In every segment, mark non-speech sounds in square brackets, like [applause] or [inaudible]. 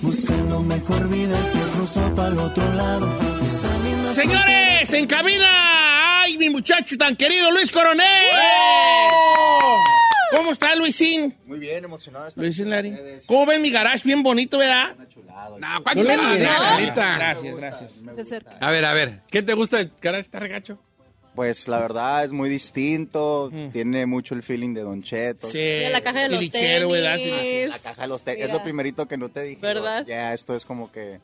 Buscando mejor vida, se cruzó para el otro lado. Esa misma- Señores, en cabina. Ay, mi muchacho tan querido Luis Coronel. ¿Cómo está Luisín? Muy bien, emocionado. estar Luisín con Lari. ustedes. ¿Cómo ven mi garage? Bien bonito, ¿verdad? Chulado. No, No, ¿cuánto no, te no, la no, neta? Gracias, gracias. A ver, a ver, ¿qué te gusta del garage? ¿Está regacho? Pues la verdad es muy distinto. Mm. Tiene mucho el feeling de Don Cheto. Sí. Mira la caja de los Lichero, ¿verdad? Sí. tenis. La caja de los te- Es Mira. lo primerito que no te dije. ¿Verdad? Ya, esto es como que.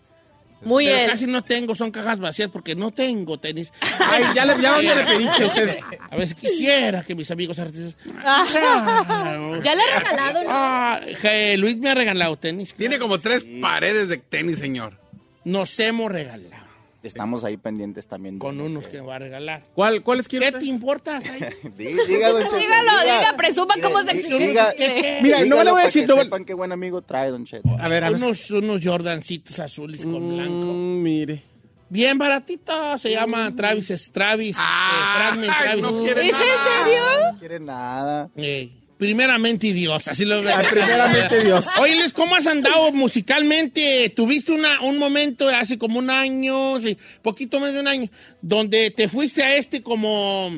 Muy Pero él. casi no tengo, son cajas vacías porque no tengo tenis. [laughs] Ay, ya le ya vamos a [laughs] repetir usted. Ah. A veces quisiera que mis amigos artistas. Ah, [laughs] Claro. Ya le he regalado, ¿no? Ah, je, Luis me ha regalado tenis. Tiene como tres paredes de tenis, señor. Nos hemos regalado Estamos ahí pendientes también. de con unos unos que- que me va a regalar. ¿Cuál, ¿Cuál es que ¿Qué te importa? Zay? [laughs] Di- Diga, Don Cheto. Dígalo, diga, presuma cómo se di- exhibe. diga- ¿Qué? Mira, no me dígalo lo voy a para decir, que no me- sepan qué buen amigo trae Don Cheto. A ver, a ver. Unos, unos Jordancitos azules con blanco. Mm, mire. Bien baratita, se llama Travis es Travis. eh, Ah, Fragment ay, Travis. no quiere ¿Es en serio? No quiere nada. Eh, primeramente Dios, así lo veo. Ah, primeramente Dios. [laughs] Oye, Luis, ¿cómo has andado musicalmente? Tuviste una, un momento hace como un año, sí, poquito menos de un año, donde te fuiste a este como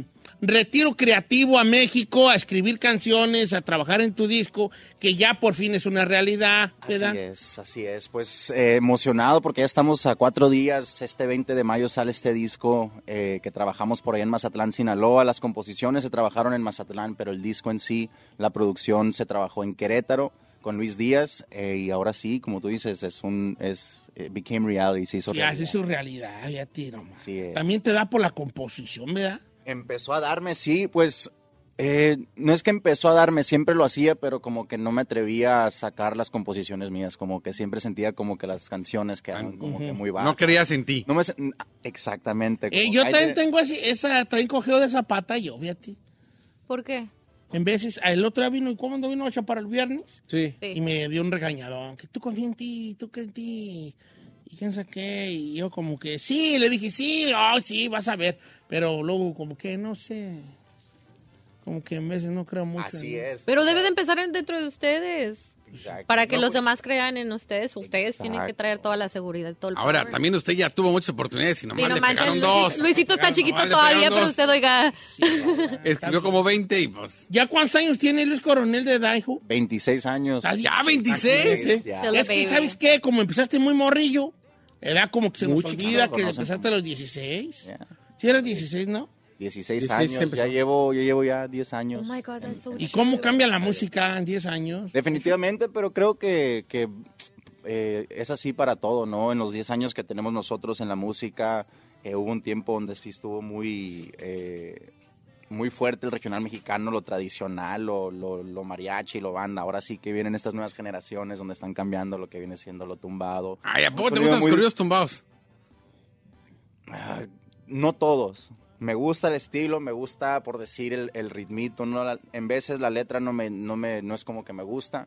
retiro creativo a México a escribir canciones, a trabajar en tu disco, que ya por fin es una realidad, ¿verdad? Así es, así es. Pues eh, emocionado porque ya estamos a cuatro días. Este 20 de mayo sale este disco eh, que trabajamos por allá en Mazatlán, Sinaloa. Las composiciones se trabajaron en Mazatlán, pero el disco en sí, la producción se trabajó en Querétaro con Luis Díaz. eh, y ahora sí, como tú dices, es un. Es, eh, became reality, se hizo Ya se realidad. hizo realidad, ya tiro. ma. Así es. También te da por la composición, ¿verdad? Empezó a darme, sí, pues eh, no es que empezó a darme, siempre lo hacía, pero como que no me atrevía a sacar las composiciones mías, como que siempre sentía como que las canciones quedaban como que muy bajas. No creías en ti. No me sen- exactamente. Eh, como yo que ahí también te- tengo así, esa, también cogido de esa pata yo, fíjate. ¿Por qué? En veces, el otro día vino, ¿y cuándo vino Ocha para el viernes? Sí. Sí. Y me dio un regañadón, que tú confías en ti, tú crees en ti. Y quién sabe qué, y yo como que sí, le dije sí, ay sí, vas a ver. Pero luego como que no sé, como que en veces no creo mucho. Así en- es. Pero debe de empezar en- dentro de ustedes. Exacto. Para que No, los pues, demás crean en ustedes. Ustedes tienen que Exacto. traer toda la seguridad, todo el Ahora, power. también usted ya tuvo muchas oportunidades y Sí, nomás no le manches, pegaron Luisito- dos. Luisito está Le pegaron- chiquito nomás le todavía, pegaron pero dos. usted, oiga, [laughs] Escribió como 20 y pues... ¿Ya cuántos años tiene Luis Coronel de Ah, edad, hijo? 26 años. ¿Estás bien ¡Ya, chico? 26! Sí, ya. Hello, ¿eh? Es que, baby. ¿sabes qué? Como empezaste muy morrillo, era como que se nos Muy chiquito, olvida lo que conocen empezaste a los 16. Ya. Si eras 16, ¿no? 16 16 años. empezó. Ya llevo, yo llevo ya 10 años. Oh my God, that's so ¿Y cómo cambia la música en 10 años? Definitivamente, pero creo que, que, eh, es así para todo, ¿no? En los 10 años que tenemos nosotros en la música, eh, hubo un tiempo donde sí estuvo muy, eh, muy fuerte el regional mexicano, lo tradicional, lo, lo, lo mariachi, lo banda. Ahora sí que vienen estas nuevas generaciones donde están cambiando lo que viene siendo lo tumbado. Ay, ¿a poco Un te sonido gustan los muy- corridos tumbados? Ah, no todos. Me gusta el estilo, me gusta por decir el, el ritmito. No la- en veces la letra no me, no me, no es como que me gusta,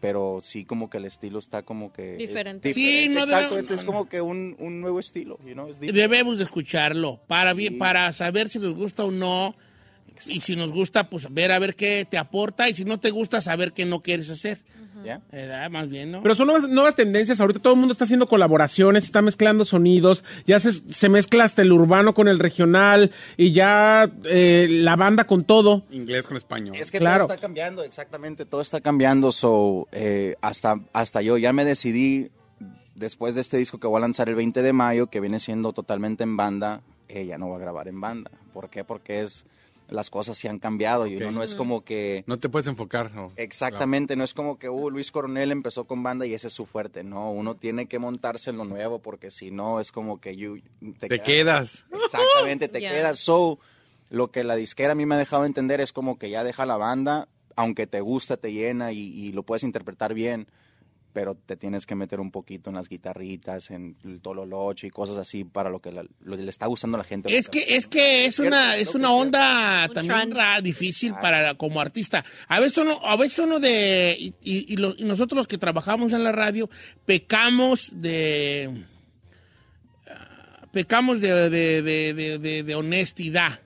pero sí como que el estilo está como que eh, Diferente. Sí, no debe- exacto, es, es no, como que un, un nuevo estilo, you know, es diferente. Debemos de escucharlo para, bien, Sí. para saber si nos gusta o no. Y si nos gusta, pues ver a ver qué te aporta. Y si no te gusta, saber qué no quieres hacer. ¿Ya? Edad, más bien, ¿no? Pero son nuevas, nuevas tendencias. Ahorita todo el mundo está haciendo colaboraciones, está mezclando sonidos. Ya se, se mezcla hasta el urbano con el regional y ya eh, la banda con todo. Inglés con español. Es que Claro. todo está cambiando, exactamente, todo está cambiando. So, eh, hasta, hasta yo ya me decidí, después de este disco que voy a lanzar el 20 de mayo, que viene siendo totalmente en banda, eh, ya no voy a grabar en banda. ¿Por qué? Porque es, las cosas se han cambiado y Ok. uno no es como que... No te puedes enfocar. ¿no? Exactamente, no es como que uh, Luis Coronel empezó con banda y ese es su fuerte, no, uno tiene que montarse en lo nuevo porque si no es como que you- te, Te quedas- quedas. Exactamente, te Ya. quedas. So, lo que la disquera a mí me ha dejado entender es como que ya deja la banda, aunque te gusta, te llena y, y lo puedes interpretar bien, pero te tienes que meter un poquito en las guitarritas, en el tololoche y cosas así para lo que la- lo- le está gustando a la gente. Es que es que es una es una onda Un también trend. ra- difícil para la- como artista. A veces uno a veces uno de y, y- y lo- y nosotros los que trabajamos en la radio pecamos de ah, pecamos de de, de- de- de- de honestidad.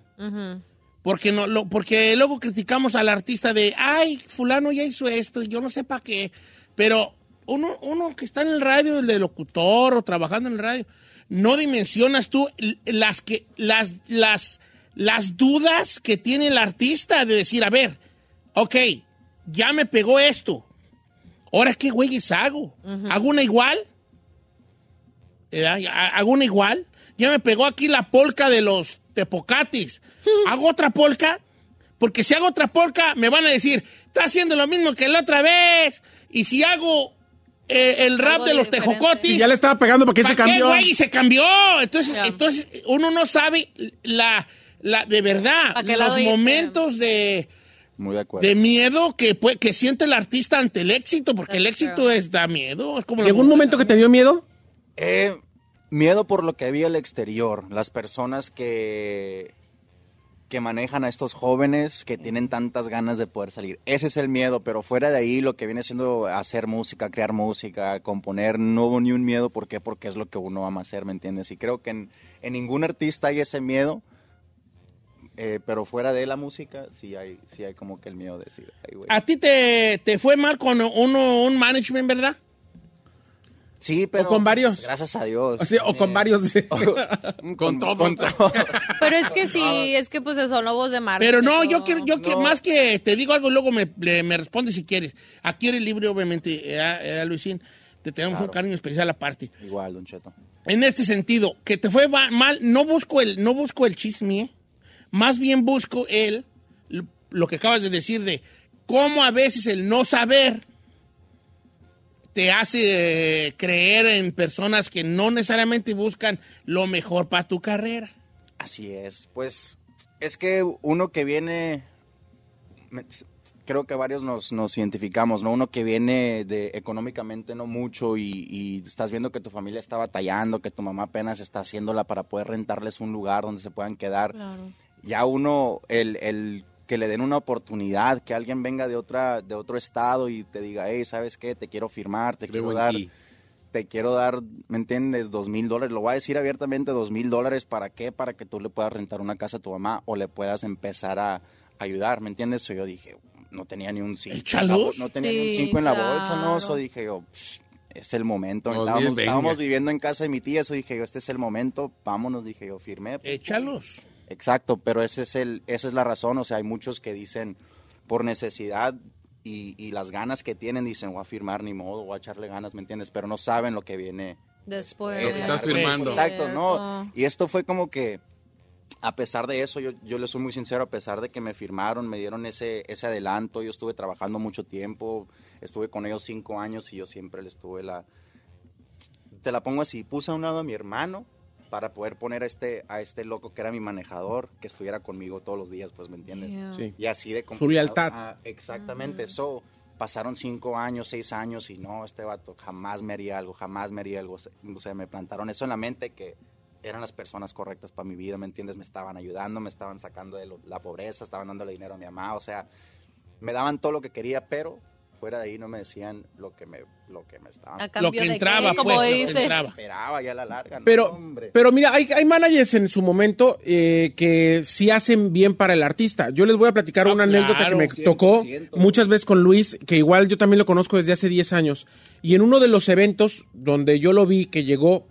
Porque, no, lo, porque luego criticamos al artista de, ay, fulano ya hizo esto, y yo no sé para qué. Pero uno, uno que está en el radio, el de locutor o trabajando en el radio, no dimensionas tú l- las, que, las, las, las dudas que tiene el artista de decir, a ver, ok, ya me pegó esto, ahora qué güeyes hago. ¿Hago una igual? Eh, ha- hago una igual. Ya me pegó aquí la polca de los [laughs] tepocatis. ¿Hago otra polca? Porque si hago otra polca, me van a decir, está haciendo lo mismo que la otra vez. Y si hago eh, el rap Algo de los diferente. tejocotis. Y ya le estaba pegando porque se ¿Para qué, cambió. güey? Se cambió. Entonces, Ya. entonces uno no sabe la, la de verdad, ¿Pa' qué los lado irte? momentos de, Muy de acuerdo. de miedo que, pue- que siente el artista ante el éxito, porque el That's éxito true. es, da miedo. Es como la Llegó un mujer. momento que te dio miedo. Eh, miedo por lo que había al exterior, las personas que que manejan a estos jóvenes que tienen tantas ganas de poder salir. Ese es el miedo, pero fuera de ahí lo que viene siendo hacer música, crear música, componer, no hubo ni un miedo, ¿por qué? Porque es lo que uno ama hacer, ¿me entiendes? Y creo que en, en ningún artista hay ese miedo, eh, pero fuera de la música sí hay, sí hay como que el miedo de decir, "Ay, güey". Ah, A ti te, te fue mal con uno, un management, ¿verdad? Sí, pero... pues, con varios. Gracias a Dios. O, sea, o con Eh, [laughs] varios. [laughs] Con, todos. Con todo. Pero es que sí, es que pues son lobos de mar. Pero no, yo quiero, yo quiero- más que te digo algo, luego me, le- me respondes si quieres. Aquí eres libre, obviamente, eh, eh, Luisín. Te tenemos un cariño especial aparte. Igual, Don Cheto. En este sentido, que te fue va- mal, no busco el, no busco el chisme, ¿eh? más bien busco el, lo- lo que acabas de decir de cómo a veces el no saber te hace eh, creer en personas que no necesariamente buscan lo mejor para tu carrera. Así es, pues es que uno que viene, me- creo que varios nos, nos identificamos, ¿no? Uno que viene de económicamente no mucho y, y estás viendo que tu familia está batallando, que tu mamá apenas está haciéndola para poder rentarles un lugar donde se puedan quedar. Claro. Ya uno, el, el que le den una oportunidad, que alguien venga de, otra, de otro estado y te diga, hey, ¿sabes qué? Te quiero firmar, te Creo quiero en dar ti. te quiero dar, ¿me entiendes? Dos mil dólares. Lo voy a decir abiertamente, dos mil dólares. ¿Para qué? Para que tú le puedas rentar una casa a tu mamá o le puedas empezar a ayudar, ¿me entiendes? So, yo dije, no tenía ni un cinco. Échalos. No tenía ni un Sí, cinco en la bolsa, claro. ¿no? So, dije yo, "Psh, es el momento. Dos mil, Estábamos, venga. estábamos viviendo en casa de mi tía, eso dije yo, este es el momento, vámonos, dije yo, firmé. [laughs] Échalos. Exacto, pero ese es el, esa es la razón. O sea, hay muchos que dicen por necesidad y, y las ganas que tienen, dicen, voy a firmar ni modo, voy a echarle ganas, ¿me entiendes? Pero no saben lo que viene. Después. Lo que estás Después. firmando. Exacto, ¿no? Cierto. Y esto fue como que, a pesar de eso, yo, yo les soy muy sincero, a pesar de que me firmaron, me dieron ese, ese adelanto, yo estuve trabajando mucho tiempo, estuve con ellos cinco años y yo siempre les tuve la... Te la pongo así, puse a un lado a mi hermano para poder poner a este, a este loco que era mi manejador, que estuviera conmigo todos los días, pues, ¿me entiendes? Yeah. Sí. Y así de Su lealtad. Ah, exactamente, eso. Pasaron cinco años, seis años y no, este vato jamás me haría algo, jamás me haría algo. O sea, o sea, me plantaron eso en la mente que eran las personas correctas para mi vida, ¿me entiendes? Me estaban ayudando, me estaban sacando de lo- la pobreza, estaban dándole dinero a mi mamá, o sea, me daban todo lo que quería, pero fuera de ahí no me decían lo que me, lo que me estaban A Lo cambio que de qué, entraba, como pues, lo que dice. entraba. esperaba ya a la larga. no, Pero, hombre. pero mira, hay, hay managers en su momento eh, que sí hacen bien para el artista. Yo les voy a platicar Ah, una anécdota que claro, me tocó 100%. muchas veces con Luis, que igual yo también lo conozco desde hace 10 años. Y en uno de los eventos donde yo lo vi que llegó,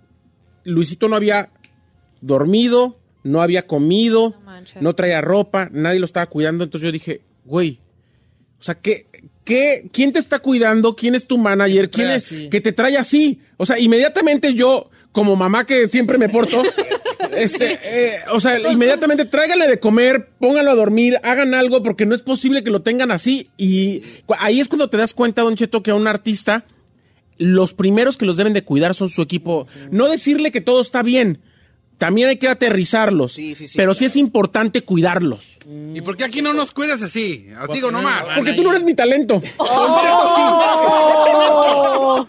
Luisito no había dormido, no había comido, No manches. no, traía ropa, nadie lo estaba cuidando. Entonces yo dije, güey, o sea, ¿qué, qué, ¿quién te está cuidando? ¿Quién es tu manager? ¿Quién trae es así. que te trae así? O sea, inmediatamente yo, como mamá que siempre me [laughs] porto, este, eh, o sea, inmediatamente tráigale de comer, pónganlo a dormir, hagan algo, porque no es posible que lo tengan así. Y cu- ahí es cuando te das cuenta, Don Cheto, que a un artista, los primeros que los deben de cuidar son su equipo. No decirle que todo está bien. También hay que aterrizarlos. Sí, sí, sí, pero sí claro. es importante cuidarlos. ¿Y por qué aquí no nos cuidas así? Os digo, no nomás. nos van Porque tú no eres [laughs] mi talento. Oh,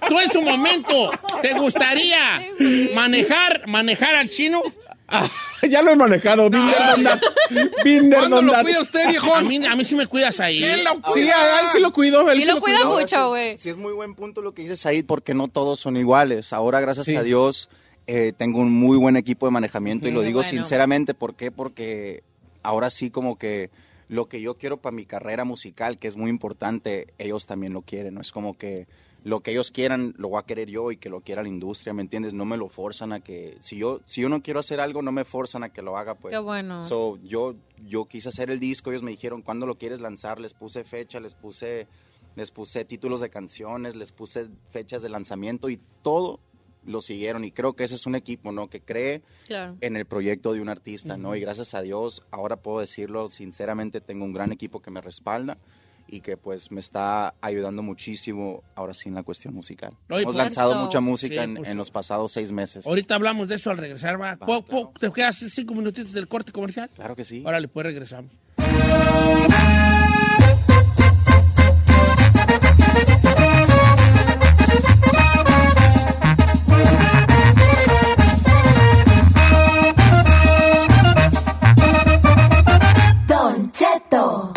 Tú en su momento, ¿te gustaría manejar, manejar al chino? Ah, ya lo he manejado. Binder No. Dondat. Binder ¿Cuándo lo Dondat. cuida usted, A viejón? mí, a mí sí me cuidas ahí. ¿Quién lo cuida? Sí, a él sí lo cuido. a él Y sí lo cuida cuido. No, sí mucho, es- güey. Sí, es muy buen punto lo que dices ahí, porque no todos son iguales. Ahora, gracias Sí. a Dios, eh, tengo un muy buen equipo de manejamiento y lo Qué digo bueno. sinceramente. ¿Por qué? Porque ahora sí, como que lo que yo quiero para mi carrera musical, que es muy importante, ellos también lo quieren, ¿no? Es como que lo que ellos quieran lo voy a querer yo y que lo quiera la industria, ¿me entiendes? No me lo forzan a que si yo si yo no quiero hacer algo no me forzan a que lo haga, pues. Qué bueno. So, yo, yo quise hacer el disco, ellos me dijeron cuándo lo quieres lanzar, les puse fecha, les puse, les puse títulos de canciones, les puse fechas de lanzamiento y todo lo siguieron. Y creo que ese es un equipo, ¿no? Que cree Claro. en el proyecto de un artista, ¿no? Y gracias a Dios, ahora puedo decirlo sinceramente, tengo un gran equipo que me respalda y que pues me está ayudando muchísimo ahora sí en la cuestión musical. Oye, Hemos pues, lanzado eso. mucha música Sí, en, pues, en los pasados seis meses. Ahorita hablamos de eso al regresar, ¿va? Va, Po- claro. po- ¿Te quedas cinco minutitos del corte comercial? Claro que sí. Órale, pues regresamos. Don Cheto.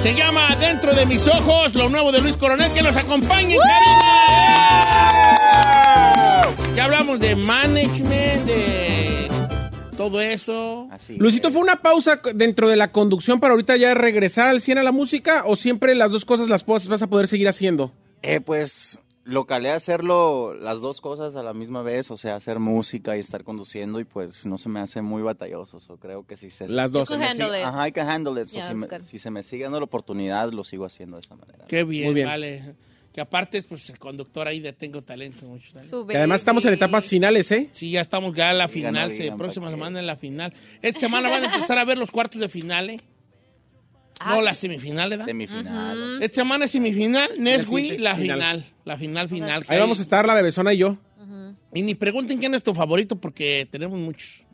Se llama Dentro de mis ojos, lo nuevo de Luis Coronel, que los acompañe, Karina. Ya hablamos de management, de todo eso. Así Luisito, es. ¿fue una pausa c- dentro de la conducción para ahorita ya regresar al 100 a la música o siempre las dos cosas las puedes- vas a poder seguir haciendo? Eh, pues lo calé a hacerlo las dos cosas a la misma vez, o sea, hacer música y estar conduciendo y pues no se me hace muy batalloso, so, creo que si se... Las dos. You si could me handle sigue- it. Ajá, I can handle it, so, Yeah, si, me- Oscar. si se me sigue dando la oportunidad, lo sigo haciendo de esa manera. Qué bien, Muy bien. vale. Que aparte, pues el conductor ahí de Tengo Talento, mucho talento. Su Que además estamos en baby. etapas finales, ¿eh? Sí, ya estamos ya a la Digan, final, no se- digan, próxima ¿pa' qué? semana en la final. Esta semana van a empezar a ver los cuartos de final, ¿eh? Ah, no, las semifinales, ¿verdad? De mi final. Esta semana es semifinal, next La week la final. final, la final final. Ahí vamos a estar la bebezona y yo. Y ni pregunten quién es tu favorito porque tenemos muchos.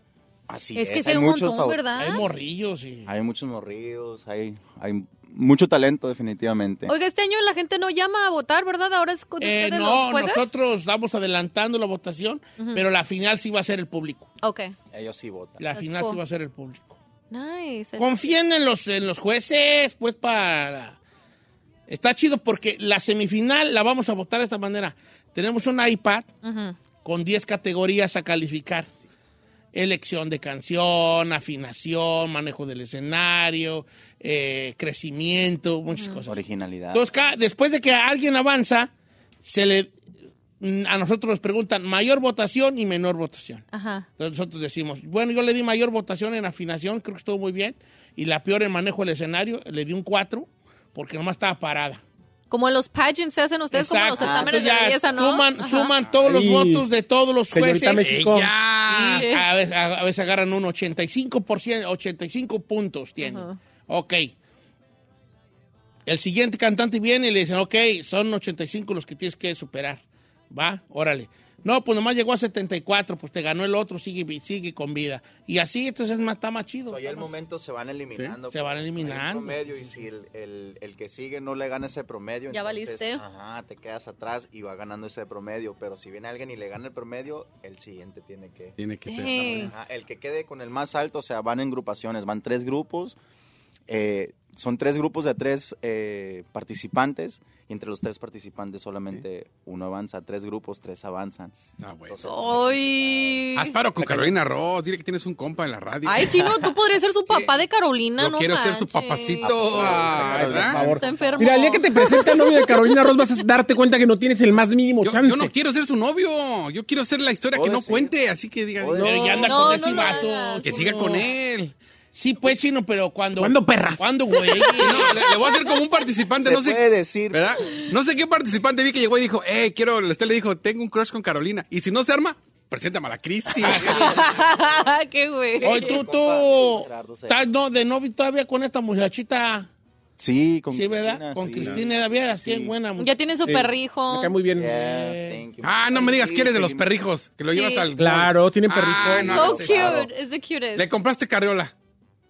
Así Es que hay sé un muchos montón, favor- ¿verdad? Hay morrillos y... Hay muchos morrillos, hay, hay mucho talento definitivamente. Oiga, este año la gente no llama a votar, ¿verdad? Ahora es con Eh, ustedes los no, jueces. nosotros vamos adelantando la votación, pero la final sí va a ser el público. Ok. Ellos sí votan. La final cool. sí va a ser el público. Nice. Confíen en los, en los jueces, pues para... Está chido porque la semifinal la vamos a votar de esta manera. Tenemos un iPad Ujú. con 10 categorías a calificar. Elección de canción, afinación, manejo del escenario, eh, crecimiento, muchas cosas. Originalidad. Entonces, ca- después de que alguien avanza, se le, mm, a nosotros nos preguntan mayor votación y menor votación. Ajá. Entonces nosotros decimos, bueno, yo le di mayor votación en afinación, creo que estuvo muy bien, y la peor en manejo del escenario, le di un 4, porque nomás estaba parada. Como en los pageants se hacen ustedes, como en los Exacto. Ah, certámenes de Entonces ya belleza, ¿no? Suman, Ajá. suman todos los Ay, votos de todos los jueces. Señorita México. Y a veces, a veces agarran un 85%, 85 puntos tienen. Ajá. Ok. El siguiente cantante viene y le dicen, ok, son 85 los que tienes que superar. Va, órale. No, pues nomás llegó a 74, pues te ganó el otro, sigue, vi- sigue con vida. Y así, entonces es más, está más chido. Oye, está el más- momento se van eliminando. Se van pues, eliminando. hay un promedio y si el, el- el que sigue no le gana ese promedio. Ya valiste. Ajá, te quedas atrás y va ganando ese promedio. Pero si viene alguien y le gana el promedio, el siguiente tiene que. Tiene que ser. Dang. Ajá, el que quede con el más alto, o sea, van en grupaciones, van tres grupos. eh, son tres grupos de tres eh, participantes y entre los tres participantes solamente uno avanza, tres grupos, tres avanzan. Ah, güey. Ay. Haz paro con Carolina Ross. Dile que tienes un compa en la radio. Ay, chino, tú podrías ser su papá de Carolina, Yo ¿no? quiero ser su manches. papacito. Ah, ay, por ¿verdad? favor. Está enfermo. Mira, el día que te presenta el novio de Carolina Ross vas a darte cuenta que no tienes el más mínimo Yo, chance. yo no quiero ser su novio. Yo quiero ser la historia Puede que no ser. cuente. Así que digas, Puede no, Pero ya anda No, con no ese lo vato. hagas. que siga con él. Sí, pues, chino, pero cuando... ¿Cuándo, perras? ¿Cuándo, güey? No, le, le voy a hacer como un participante. Se no sé, puede decir. ¿Verdad? No sé qué participante vi que llegó y dijo, eh, quiero. Usted le dijo, tengo un crush con Carolina. Y si no se arma, preséntame a la Cristi. [laughs] Qué güey. Hoy tú, Compa, tú... Gerardo, sí. Estás no, de novio todavía con esta muchachita. Sí, con Sí, ¿verdad? Con sí. Cristina era bien, así, buena. muchacha. Ya tiene su Sí, perrijo. Me cae muy bien. Yeah, thank you. ah, no me digas Sí, que eres de los seguimos. perrijos. Que lo llevas Sí. al. Claro, tiene perrito. Ah, no, So no, sí. cute. Es the cutest. Le compraste carriola.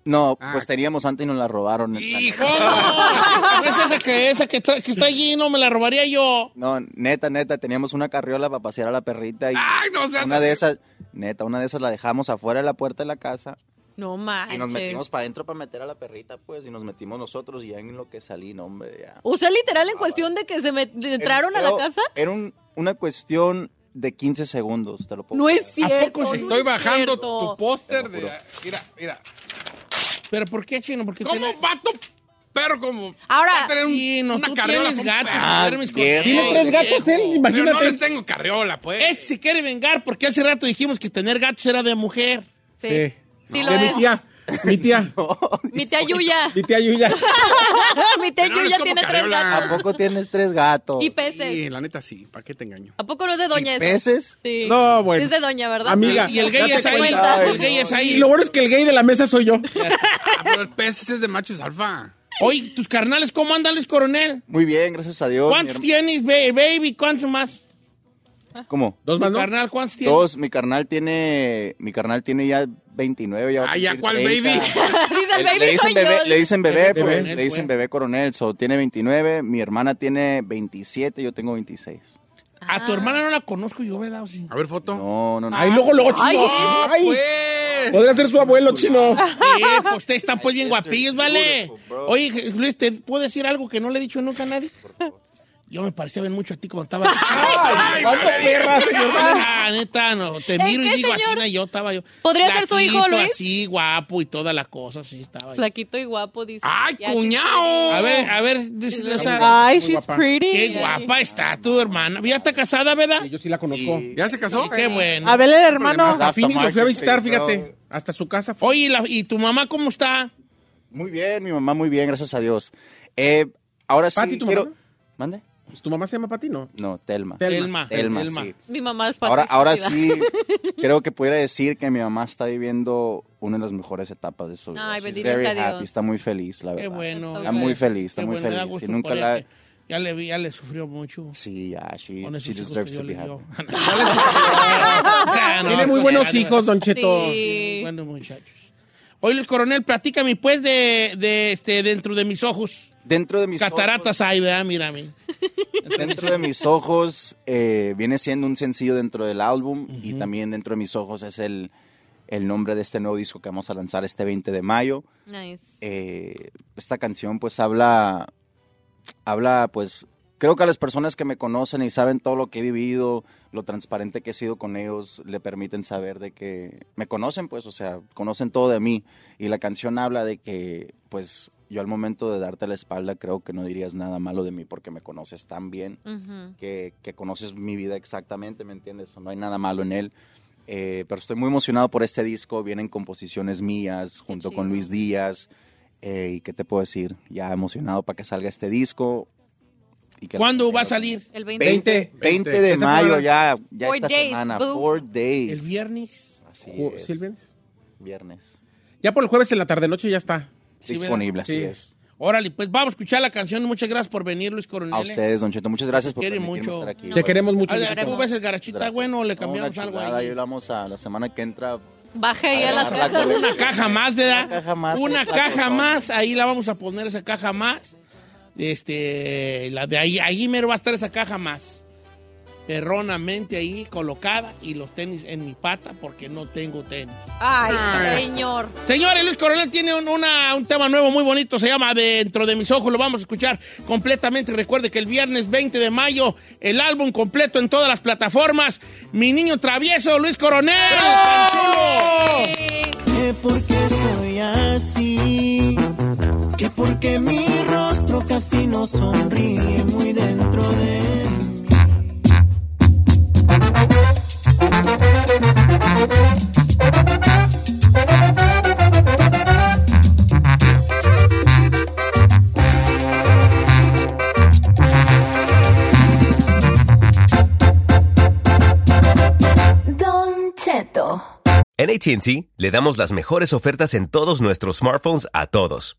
No, Ah. pues teníamos antes y nos la robaron. Hijo. No, es Pues esa que, esa que, tra- que está allí, no me la robaría yo. No, neta, neta, teníamos una carriola para pasear a la perrita y Ay, no seas una de así. esas, neta, una de esas la dejamos afuera de la puerta de la casa No manches. y nos metimos para adentro para meter a la perrita, pues, y nos metimos nosotros y ya en lo que salí, no, hombre, ya. O sea, literal, en cuestión de que se met- de- entraron a la Pero casa. Era un- una cuestión de 15 segundos, te lo puedo No es jurar. cierto. poco no si es Estoy bajando cierto. tu póster Te lo de. juro. Mira, mira. Pero ¿por qué, chino? Porque ¿Cómo tiene- vato? Pero como. Ahora- va a tener un- Chino, tú carriola tienes con- gatos. Ah, tú eres mis viejo. consejos, Tiene tres gatos ¿eh? viejo. él, Pero no les imagínate. tengo carriola, pues. Este se quiere vengar porque hace rato dijimos que tener gatos era de mujer. Sí. Sí, lo De es. mi tía. Mi [laughs] tía. Mi tía Yuya. [laughs] Mi tía Yuya. Mi tía Pero no Yuya eres como tiene tres Carriola. gatos. ¿A poco tienes tres gatos? Y Sí, peces. la neta sí. ¿Para qué te engaño? ¿A poco no es de doña eso? ¿Peces? Sí. No, bueno. Es de doña, ¿verdad? Amiga. Y el gay Date es ahí. cuenta. El gay es Y ahí. lo bueno es que el gay de la mesa soy yo. Ah, [laughs] pero el pez es de machos alfa. Oye, tus carnales, ¿cómo andan, Luis coronel? Muy bien, gracias a Dios. mi ¿Cuántos herma- tienes, ba- baby? ¿Cuántos más? ¿Cómo? Dos más, Tu ¿no? carnal, ¿cuántos tienes? Dos, mi carnal tiene, mi carnal tiene ya 29, ya. va a Ah, ya, cumplir ¿cuál 30. baby? [laughs] Dice Le- [laughs] el le baby dicen soy bebé, yo. le dicen bebé, Bebé pues, coronel, le dicen pues. bebé coronel, so, tiene 29, mi hermana tiene 27, yo tengo 26. Ah. A tu hermana no la conozco yo, ¿verdad? O sí? A ver, foto. No, no, no. Ay, luego, luego, Ay, chino. Ay, Pues. podría ser su abuelo, chino. [laughs] Sí, pues ustedes están pues bien guapillos, ¿vale? beautiful, este bro. Oye, Luis, ¿te puedo decir algo que no le he dicho nunca a nadie? Yo me parecía bien mucho a ti cuando estaba... Ay, ¿Cuánto perra, señor? Ah, neta, no, te ¿En miro y qué, digo así, señor? na, yo estaba yo. ¿Podría ser su hijo, flaquito, Luis? así, guapo y toda la cosa, sí, estaba yo. Flaquito y guapo, dice. Ah. ¡Ay, Ya, cuñado! A ver, a ver, dice Lázaro, Ay, she's pretty. qué guapa está tu hermana. Ya está casada, ¿verdad? Yo sí la conozco. ¿Ya se casó? Y qué bueno. A ver, el hermano. Ah, A Phoenix lo fui a Aftermarket, visitar, sí, fíjate. bro. Hasta su casa. fue. Oye, ¿y la- ¿y tu mamá cómo está? Muy bien, mi mamá muy bien, gracias a Dios. Eh, ahora sí Pati, ¿tu quiero mamá? ¿Mande? Pues, ¿Tu mamá se llama Pati, no? No, Telma. Telma. Elma. Telma, sí. Mi mamá es Ahora, ahora patricia. sí, creo que pudiera decir que mi mamá está viviendo una de las mejores etapas de su vida. Ay, She's bendito very sea Dios. happy, Está muy feliz, la verdad. Qué bueno. Está muy feliz, está Qué muy bueno, me da feliz. Y gusto nunca por la... ella. Ya le vi, ya le sufrió mucho. Sí, ya, she, Con she esos hijos deserves que to yo be le happy. [laughs] dio. [laughs] Ah, no, Tiene muy no, buenos no, hijos, Don Cheto. Sí. Buenos muchachos. Oye, Luis coronel, platícame pues de, de este, dentro de mis ojos. Dentro de mis Cataratas hay, ¿verdad? Mírame. ojos, dentro de mis ojos eh, viene siendo un sencillo dentro del álbum y también dentro de mis ojos es el, el nombre de este nuevo disco que vamos a lanzar este 20 de mayo. Nice. Eh, esta canción pues habla, habla pues, creo que a las personas que me conocen y saben todo lo que he vivido, lo transparente que he sido con ellos, le permiten saber de que me conocen pues, o sea, conocen todo de mí y la canción habla de que pues yo al momento de darte la espalda creo que no dirías nada malo de mí porque me conoces tan bien Ujú. que, que conoces mi vida exactamente, ¿me entiendes? No hay nada malo en él. Eh, pero estoy muy emocionado por este disco. Vienen composiciones mías junto con chido. Luis Díaz. Eh, ¿Y qué te puedo decir? Ya emocionado para que salga este disco. Y que la ¿Cuándo gente va a lo- salir? El 20. 20, 20 de Esta mayo, semana. ya, ya Four esta days, semana. boo. Four days. El viernes. Así Ju- es, ¿Sí, el viernes? viernes. Ya por el jueves en la tarde-noche ya está. Sí, Disponible, así Sí. es. Órale, pues vamos a escuchar la canción. Muchas gracias por venir, Luis Coronel. ¿eh? A ustedes, Don Cheto, muchas gracias por quiere permitirme mucho. estar aquí. Te Te queremos mucho. A ver, Luisito. ¿Cómo ves el garachita? Gracias. Bueno, le No, una cambiamos algo chulada, ahí. y hablamos a la semana que entra. Baje ya Ahí las vamos a la cajas. colección. [laughs] Una caja más, ¿verdad? Una caja más, Una exacto, caja son. más, ahí la vamos a poner esa caja más. Este, la de ahí, ahí mero va a estar esa caja más. erróneamente ahí colocada y los tenis en mi pata porque no tengo tenis. Ay, señor. Señores, Luis Coronel tiene un, una- un tema nuevo muy bonito, se llama Dentro de mis ojos, lo vamos a escuchar completamente. Recuerde que el viernes 20 de mayo, el álbum completo en todas las plataformas, Mi Niño Travieso, Luis Coronel. ¡Tan chulo! que porque soy así, que porque mi rostro casi no sonríe muy dentro de mí. Don Cheto. En ATT le damos las mejores ofertas en todos nuestros smartphones a todos.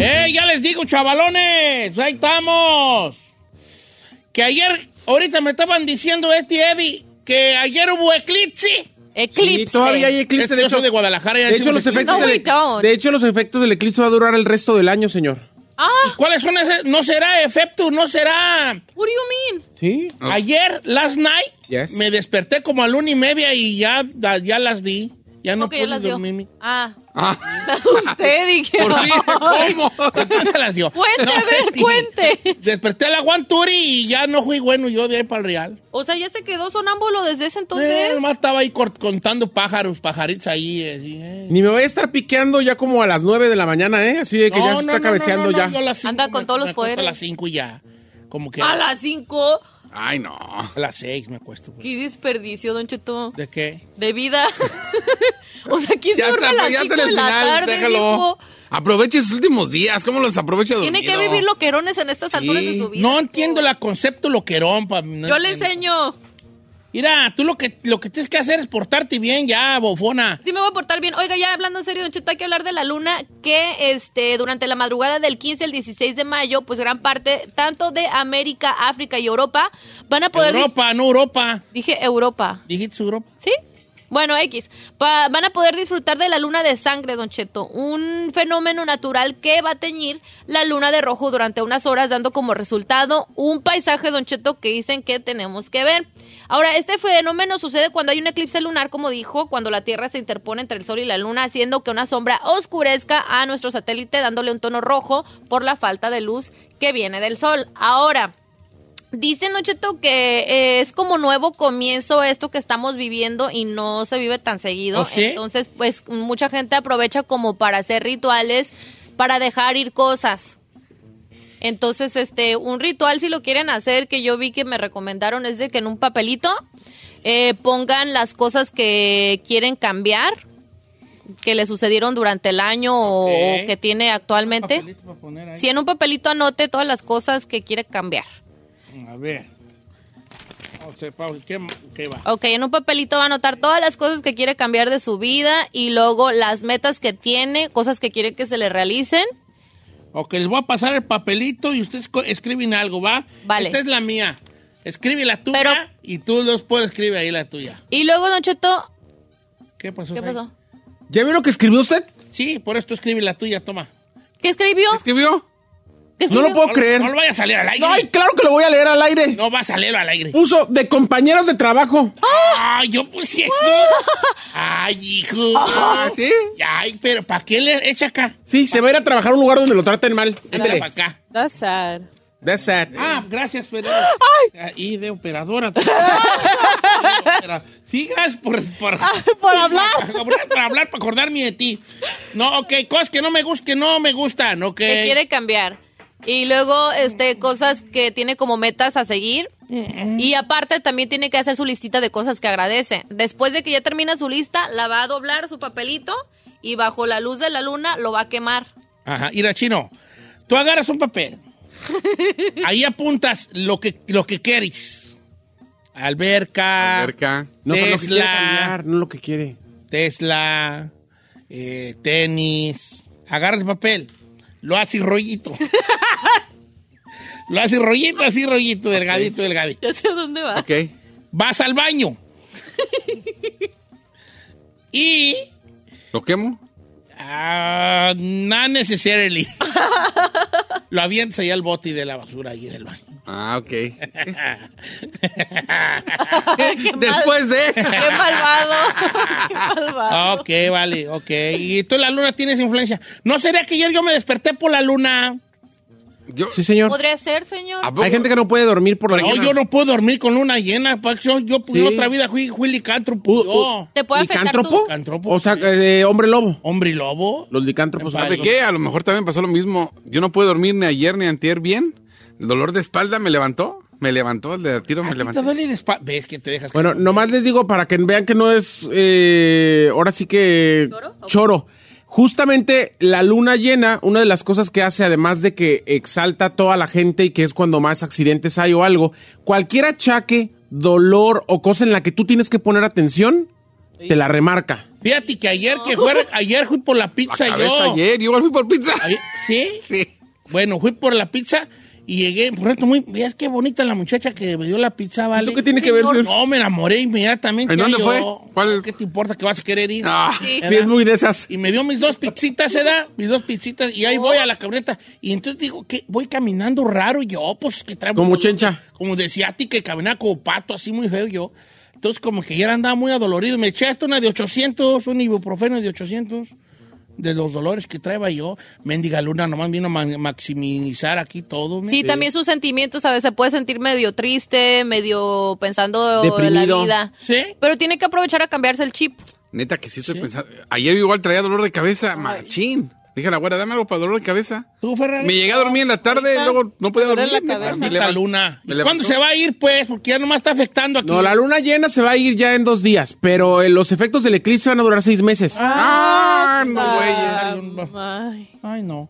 ¡Eh! Ya les digo, chavalones, ahí estamos. Que ayer, ahorita me estaban diciendo este Evi, que ayer hubo eclipse. Eclipse. Y todavía hay Es eclipse. que De yo hecho, soy de Guadalajara. ya de hecho, hicimos los eclipse. efectos No, we del, don't. de hecho, los efectos del eclipse va a durar el resto del año, señor. Ah, ¿Cuáles son ese? No será efecto, no será. what do you mean? ¿Sí? Ayer, last night, Yes. me desperté como a la una y media y ya, da- ya las di. Ya no Ok, ya pude las dio. [laughs] dormirme. Ah, Ah, usted dije. Por fin, [laughs] ¿cómo? Entonces se las dio. Cuente, a ver, y- cuente. Desperté a la guanturi y ya no fui bueno yo de ahí para el real. [laughs] O sea, ya se quedó sonámbulo desde ese Eh, entonces. nomás estaba ahí cort- contando pájaros, pajaritos ahí. eh, sí, eh. Ni me voy a estar piqueando ya como a las 9 de la mañana, ¿eh? Así de que ya se está cabeceando no, ya. yo a las cinco Anda con me- todos me los acuesto poderes. A las 5 y ya. Como que a las 5. ay, no. a las 6 me acuesto. güey. Qué desperdicio, Don Cheto. ¿De qué? De vida. [laughs] o sea, ¿quién se Ya duerme está, a las ya está 5 en de el la final, tarde, déjalo. viejo? Aproveche sus últimos días, ¿cómo los aprovecha dormido? Tiene que [laughs] vivir loquerones en estas alturas de su vida. No viejo. entiendo la concepto loquerón. pa- no Yo le entiendo. enseño. Mira, tú lo que, lo que tienes que hacer es portarte bien ya, bofona. Sí me voy a portar bien. Oiga, ya hablando en serio, Don Cheto, hay que hablar de la luna que este durante la madrugada del 15 al 16 de mayo, pues gran parte tanto de América, África y Europa van a poder dis- Europa, no Europa. dije Europa. Dijiste Europa. ¿Sí? Bueno, X. Pa- van a poder disfrutar de la luna de sangre, Don Cheto. Un fenómeno natural que va a teñir la luna de rojo durante unas horas, dando como resultado un paisaje, Don Cheto, que dicen que tenemos que ver. Ahora, este fenómeno sucede cuando hay un eclipse lunar, como dijo, cuando la Tierra se interpone entre el Sol y la Luna, haciendo que una sombra oscurezca a nuestro satélite, dándole un tono rojo por la falta de luz que viene del Sol. Ahora, Dice Nocheto que eh, es como nuevo comienzo esto que estamos viviendo y no se vive tan seguido. ¿Oh, sí? Entonces, pues mucha gente aprovecha como para hacer rituales, para dejar ir cosas. Entonces, este, un ritual si lo quieren hacer que yo vi que me recomendaron es de que en un papelito eh, pongan las cosas que quieren cambiar, que le sucedieron durante el año o- o, Ok. que tiene actualmente. Papelito para poner ahí. Si en un papelito anote todas las cosas que quiere cambiar. A ver. O sea, Pablo, ¿qué, qué va? Ok, en un papelito va a anotar todas las cosas que quiere cambiar de su vida y luego las metas que tiene, cosas que quiere que se le realicen. Ok, les voy a pasar el papelito y ustedes co- escriben algo, ¿va? Vale. Esta es la mía. Escribe la tuya Pero- y tú después escribe ahí la tuya. Y luego, Don Cheto, ¿Qué pasó? ¿qué Sai? pasó? ¿Ya vieron lo que escribió usted? Sí, por esto escribe la tuya, toma. ¿Qué escribió? ¿Escribió? No lo puedo No- creer. No lo vaya a salir al aire. Ay, claro que lo voy a leer al aire. No va a salir al aire. Puso de compañeros de trabajo. Ay, yo puse eso. [laughs] Ay, hijo. Ah, ¿sí? Ay, pero ¿para qué le echa acá? Sí, se va a ir a trabajar a un lugar donde lo traten mal. Échale Ándale. para acá. That's sad. That's sad. Ah, gracias, Fernanda. Ay. Y de operadora. Pero sí, gracias por, por, Ah, [laughs] Por hablar. por- por hablar, para acordarme de ti. No, ok, cosas que no me gustan, que no me gustan, ok. que quiere cambiar. Y luego, este, cosas que tiene como metas a seguir. Y aparte también tiene que hacer su listita de cosas que agradece. Después de que ya termina su lista, la va a doblar su papelito y bajo la luz de la luna lo va a quemar. Ajá, ir a chino. Tú agarras un papel. Ahí apuntas lo que, lo que quieres. Alberca, Cerca. No, pero lo que quiere Tesla, cambiar, no lo que quiere. Tesla, eh, tenis. Agarra el papel, lo [laughs] haces rollito. lo haces rollito, así rollito, delgadito, delgadito. [laughs] Ya sé a [laughs] dónde va. Ok. Vas al baño. y... ¿Lo quemo? Ah, not necessarily. Lo avientas allá al bote de la basura ahí en el baño. Ah, ok. Después [laughs] de. ¡Qué malvado! ¡Qué malvado! Ok, vale, ok. Y tú la luna tienes influencia. ¿No sería que ayer yo me desperté por la luna? Yo, Sí, señor. ¿Podría ser, señor? ¿A poco? Hay gente que no puede dormir por la No, luna. yo no puedo dormir con luna llena. pa, Yo, yo pues, Sí. Uh, otra vida fui Willy Cántropo. U- u- ¿Te puede afectar ¿Licántropo? tu- Licántropo. O sea, eh, hombre lobo. Hombre lobo. Los licántropos. son- ¿Sabe qué? A lo mejor también pasó lo mismo. Yo no pude dormir ni ayer ni antier bien. El dolor de espalda me levantó. Me levantó, el de tiro ¿A me ti te levantó. duele la espalda? ¿Ves que te dejas? Bueno, nomás les digo para que vean que no es eh, ahora sí que ¿Choro? choro. Justamente la luna llena, una de las cosas que hace, además de que exalta a toda la gente y que es cuando más accidentes hay o algo, cualquier achaque, dolor o cosa en la que tú tienes que poner atención, te la remarca. Fíjate que ayer que fue, [laughs] ayer fui por la La pizza cabeza yo. ayer, yo igual fui por pizza. Ayer- ¿Sí? [laughs] Sí. Bueno, fui por la pizza y llegué, por esto muy, veas qué bonita la muchacha que me dio la pizza, ¿vale? ¿Eso qué tiene que ver, Señor, señor? No, me enamoré inmediatamente. ¿En dónde Yo, fue? ¿Cuál? ¿Qué te importa que vas a querer ir? Ah, Sí. Sí, es muy de esas. Y me dio mis dos pizzitas, ¿verdad? Mis dos pizzitas y ahí voy a la camioneta. Y entonces digo, que voy caminando raro yo, pues que traigo... Como chencha. Como decía a ti, que caminaba como pato, así muy feo yo. Entonces como que ya andaba muy adolorido. Me eché hasta una de 800, un ibuprofeno de 800 de los dolores que traía yo. Mendiga Luna nomás vino a ma- maximizar aquí todo. men. Sí, también sus sentimientos a veces se puede sentir medio triste, medio pensando de la Deprimido. vida. ¿Sí? Pero tiene que aprovechar a cambiarse el chip. neta que sí estoy pensando. Ayer igual traía dolor de cabeza, machín. Dije a la güera, dame algo para dolor de cabeza. ¿Tú, Ferrari? Me llegué a dormir en la tarde, Ahorita, luego no podía dolor en dormir. la cabeza. me Maldita levan- Luna. me ¿Y levantó. ¿Cuándo se va a ir, pues? Porque ya nomás está afectando aquí. No, la luna llena se va a ir ya en dos días, pero eh, los efectos del eclipse van a durar seis meses. Ah, no, güey. Ay. Ay, no.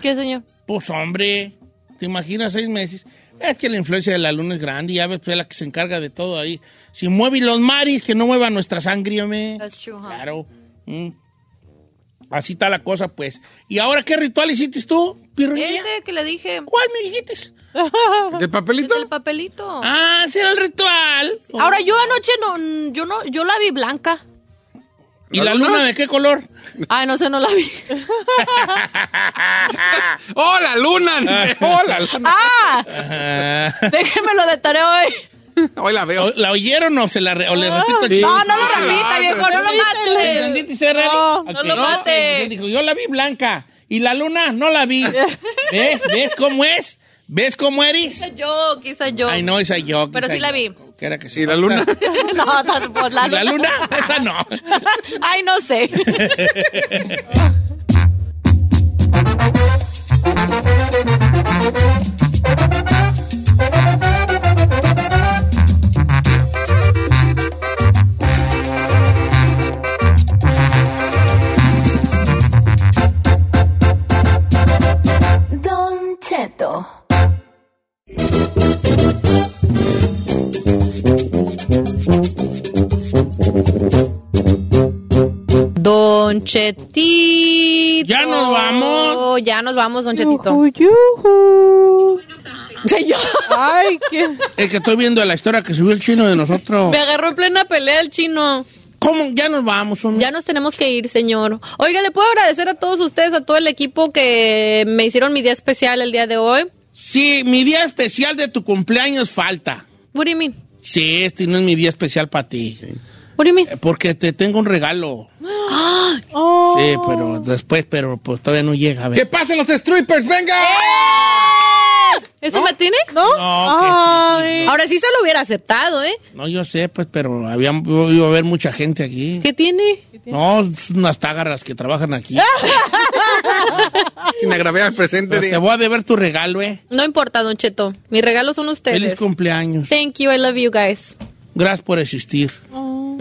¿Qué, señor? Pues, hombre, ¿te imaginas seis meses? Es que la influencia de la luna es grande y ya ves, pues, es la que se encarga de todo ahí. Si mueve los mares, que no mueva nuestra sangre, hombre. That's true, huh? Claro. Mm. Así está la cosa, pues. ¿Y ahora qué ritual hiciste tú, pirruña? Ese que le dije, ¿Cuál me dijiste? ¿Del papelito? el papelito. Ah, ese era el ritual. Ahora yo anoche no, yo no, yo la vi blanca. ¿Y la luna de qué color? Ay, no sé, no la [laughs] vi. ¡Oh, la [laughs] luna! [laughs] ¡Oh, la luna! ¡Ah! Déjenmelo de tarea hoy. Hoy la veo. ¿O- ¿La oyeron o se la re- o le repito el chiste? Ah, No, no lo sí, repita, sí. viejo, no lo mate. ¿Entendiste, Ferrari? No. Ok. No lo mate. Entonces Dijo, yo la vi blanca y la luna no la [laughs] vi. ¿Ves? ¿Ves cómo es? ¿Ves cómo eres? Yo, quizá yo. Ay, [laughs] no, esa yo. Pero esa sí la yo. vi. Que era que sí. ¿Y la luna? No, tampoco. Pues [laughs] la ¿Y la luna. [laughs] luna? Esa no. Ay, no sé. Don Cheto. Don Chetito. Ya nos vamos. Ya nos vamos, Don Chetito. Yujú. Señor. Ay, qué. El que estoy viendo la historia que subió el chino de nosotros. Me agarró en plena pelea el chino. ¿Cómo? Ya nos vamos. hombre. Ya nos tenemos que ir, señor. Oiga, le puedo agradecer a todos ustedes, a todo el equipo que me hicieron mi día especial el día de hoy. Sí, mi día especial de tu cumpleaños falta. What do you mean? Sí, este no es mi día especial para ti. What do you mean? Eh, Porque te tengo un regalo. [gasps] Ah, Sí, pero después, pero pues todavía no llega. A ver. ¡Que pasen los strippers! ¡Venga! ¿Ese Matinex? ¡Eh! No. No, que sí, Ahora sí se lo hubiera aceptado, ¿eh? no, yo sé, pues, pero había, iba a haber mucha gente aquí. ¿Qué tiene? No, es unas tágaras que trabajan aquí. Sin agraviar al presente. Pero te De... voy a deber tu regalo, eh. No importa, Don Cheto. Mis regalos son ustedes. Feliz cumpleaños. Thank you, I love you guys. Gracias por existir.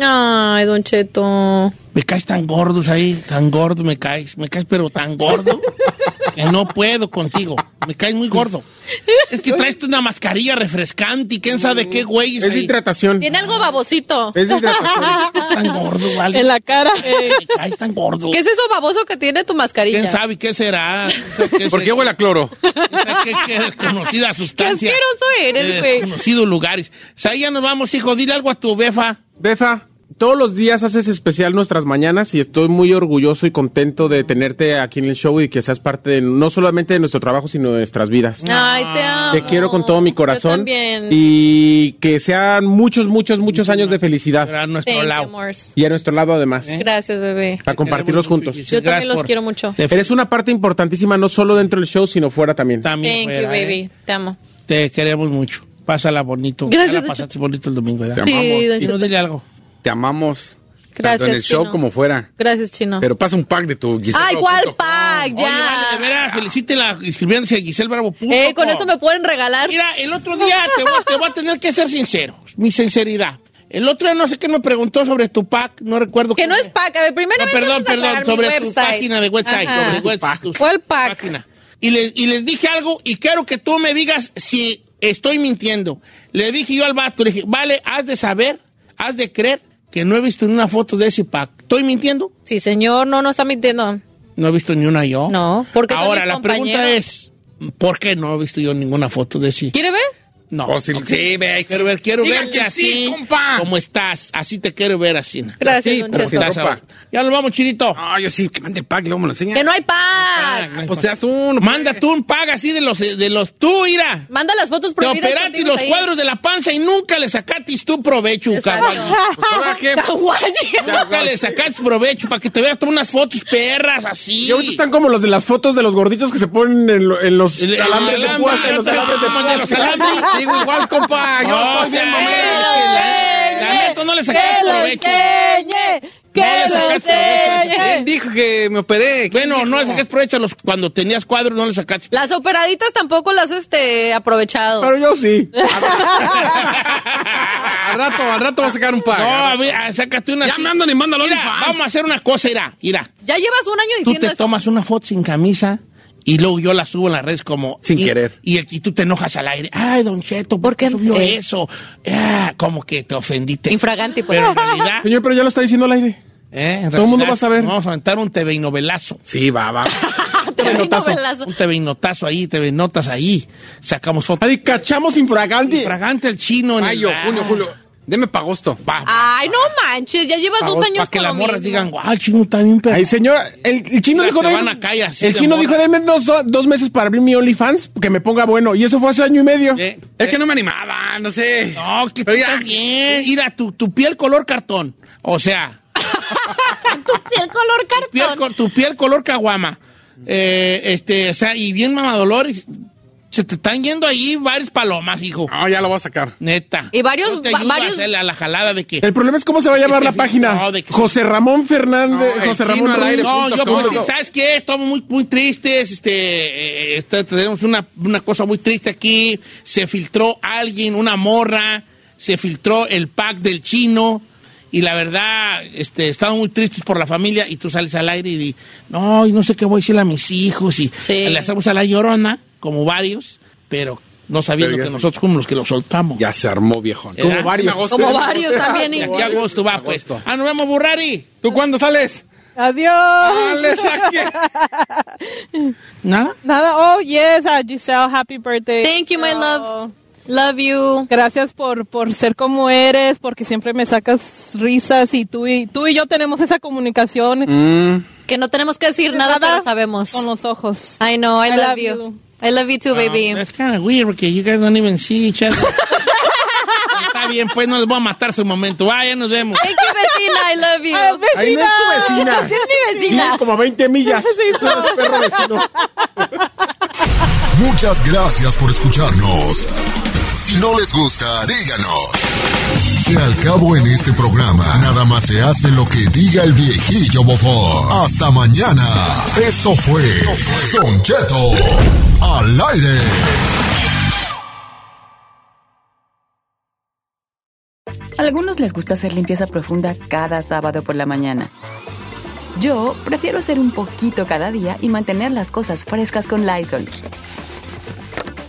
Ay, Don Cheto. Me caes tan gordos ahí, tan gordo me caes. Me caes, pero tan gordo que no puedo contigo. Me caes muy gordo. Es que traes tú una mascarilla refrescante y quién sabe qué güey es Es ahí. hidratación. Tiene algo babosito. Es hidratación. tan gordo, vale. En la cara. Me caes tan gordo. ¿Qué es eso baboso que tiene tu mascarilla? ¿Quién sabe qué será? ¿Por qué huele a cloro? ¿Qué, qué desconocida sustancia? asqueroso eres, Eh, güey. Desconocidos lugares. O sea, ya nos vamos, hijo. Dile algo a tu befa. Befa, todos los días haces especial nuestras mañanas y estoy muy orgulloso y contento de tenerte aquí en el show y que seas parte de, no solamente de nuestro trabajo, sino de nuestras vidas. Ay, te amo. Te quiero con todo mi Yo corazón también. y que sean muchos, muchos, muchos años de Será felicidad a nuestro Thank you, lado. amors. y a nuestro lado además, Gracias, bebé. para compartirlos Queremos juntos. mucho y Yo también ¿Eh? gracias los por- quiero mucho. Te Eres una parte importantísima no solo dentro del show, sino fuera también. también Thank you, fuera, ¿eh? baby. Te amo. Te queremos mucho. Pásala bonito. Gracias, Ya la Don pasaste bonito el domingo, ¿verdad? Te amamos. Sí, don Y no Cheto. dile algo. Te amamos. Gracias, Tanto en el show Chino. como fuera. Gracias, chino. Pero pasa un pack de tu Gisela ah, igual, Bravo. pack, Oye, vale, de ya. veras, felicítela inscribiéndose a Giselle Bravo. punto eh, con com. eso me pueden regalar. Mira, el otro día te voy, te voy a tener que ser sincero. Mi sinceridad. El otro día no sé qué me preguntó sobre tu pack. No recuerdo. Que no qué- es pack. A ver, primero No, perdón, perdón, sobre tu página de website. Ajá. Sobre web- tu ¿Cuál pack? página. Y les, y les dije algo y quiero que tú me digas si estoy mintiendo. Le dije yo al vato, le dije, vale, has de saber, has de creer que no he visto ni una foto de ese pack. ¿Estoy mintiendo? Sí, señor, no, no está mintiendo. No he visto ni una yo. No, porque son Ahora, mis la pregunta compañeros. es, ¿por qué no he visto yo ninguna foto de ese? ¿Quiere ver? No. Oh, sí, sí, ve. Quiero ver, quiero Diga verte que sí, así, compa. como estás. Así te quiero ver, así. ¿no? Gracias, Sí, don como Como Cheto. está estás ropa. ahora. Ya nos vamos, Chinito. Ah, yo sí, que mande el pack, luego me lo enseña. Que no hay Ah, pack. Pues seas uno. Manda tú un paga así de los, de los tú, ira. Manda las fotos Te prohibidas que operaste tienes los ahí. [laughs] cuadros de la panza y nunca le sacaste tu provecho, Exacto. caballo. Pues ahora qué. Caguaye. Nunca le sacaste provecho para que te veas todas unas fotos perras así. Y ahorita están como los de las fotos de los gorditos que se ponen en, lo- en los El- el alambres de alambre, púas, en los el alambres de alambre, púas. los alambres. Sigo igual, compa. Yo No, estoy bien, o sea, mamá. eh, la- la neta no le sacaste Que lo provecho. enseñe. Que No le lo sacaste provecho a ese ¿Quién enseñe. dijo que me operé? ¿Quién [laughs] Bueno, dijo? no le sacaste provecho a los, cuando tenías cuadros, no le sacaste. Las operaditas tampoco las este aprovechado. Pero yo [laughs] sí. Ah, Al rato, al rato va a sacar un pack. No, a ver, ah, sácate una. Ya así. me andan y mándalo a Mira, OnlyFans. vamos a hacer una cosa, Ira, Ira. Ya llevas un año Tú diciendo te eso. [laughs] tomas una foto sin camisa y luego yo la subo en las redes como... Sin y- querer. Y, el- y tú te enojas al aire. Ay, Don Cheto, ¿por qué subió Eh. eso? Ah, como que te ofendiste. Infraganti, pues. Pero en realidad... [laughs] Señor, pero ya lo está diciendo al aire. ¿eh? En Todo el mundo realidad va a saber. Vamos a aventar un TV y novelazo. Sí, va, va. Te doy pelotazo. novelazo. Un TV y notazo ahí, TV notas ahí. Sacamos fotos. Ari, cachamos infragante. Fragante el chino en el- Mayo, junio, julio. Deme pa' agosto. Va, va, Ay, no manches, ya llevas pa' dos vos, años pa' que con las lo morras mismo. digan, wow, el chino está bien, pero... Ay, señor, el, el chino Mira, dijo... te "Dame- van a caer así el de chino morra". dijo, denme dos, dos meses para abrir mi OnlyFans, que me ponga bueno. Y eso fue hace año y medio. Eh, Es que no me animaba, no sé. No, que tú Pero ya. estás bien. Mira, tu, tu piel color cartón. O sea... Tu piel color piel, cartón. co- tu piel color caguama. Eh, este, o sea, y bien mamadolores. Se te están yendo ahí varias palomas, hijo. No, ya lo voy a sacar. Neta. Ah. Y varios- No te ayuda va- varios- a hacerle a la jalada de que. El problema es cómo se va a llamar Ese la fin- página. no, de que- José Ramón Fernández, No, el José chino Ramón al aire. Ruiz. No, yo punto pues, com. ¿sabes qué? Estamos muy, muy tristes, este, eh, está- tenemos una, una cosa muy triste aquí, se filtró alguien, una morra, se filtró el pack del chino, y la verdad, este, estamos muy tristes por la familia, y tú sales al aire y di, no, y no sé qué voy a decirle a mis hijos, y Sí. le hacemos a la llorona, como varios, pero no sabiendo Pero ya que sí. nosotros como los que lo soltamos. Ya se armó, viejón. Como ¿Verdad? varios. En agosto. Como varios [laughs] también. Y y- aquí agosto va, pues. Ah, nos vemos, Burrari. ¿Tú cuándo sales? Ah, Adiós. le saqué. ¿Nada? uh, Nada. Oh, yes. ah, Giselle, happy birthday. Thank you, my Oh. love. Love you. Gracias por, por ser como eres, porque siempre me sacas risas y tú y, tú y yo tenemos esa comunicación. Que no tenemos que decir nada, pero sabemos. Con los ojos. I know, I, I love, love you. I love you Ah, too, baby. That's kind of weird because you guys don't even see each other. Está bien, pues no les voy a matar su momento. Vaya, nos vemos. Thank you, vecina. I love you. Ahí no es tu vecina. Sí, es mi vecina. Vive como a 20 millas. Eso es perro vecino. Muchas gracias por escucharnos. Si no les gusta, díganos. Que al cabo en este programa, nada más se hace lo que diga el viejillo bofón. Hasta mañana. Esto fue Don Cheto al aire. Algunos les gusta hacer limpieza profunda cada sábado por la mañana. Yo prefiero hacer un poquito cada día y mantener las cosas frescas con Lysol.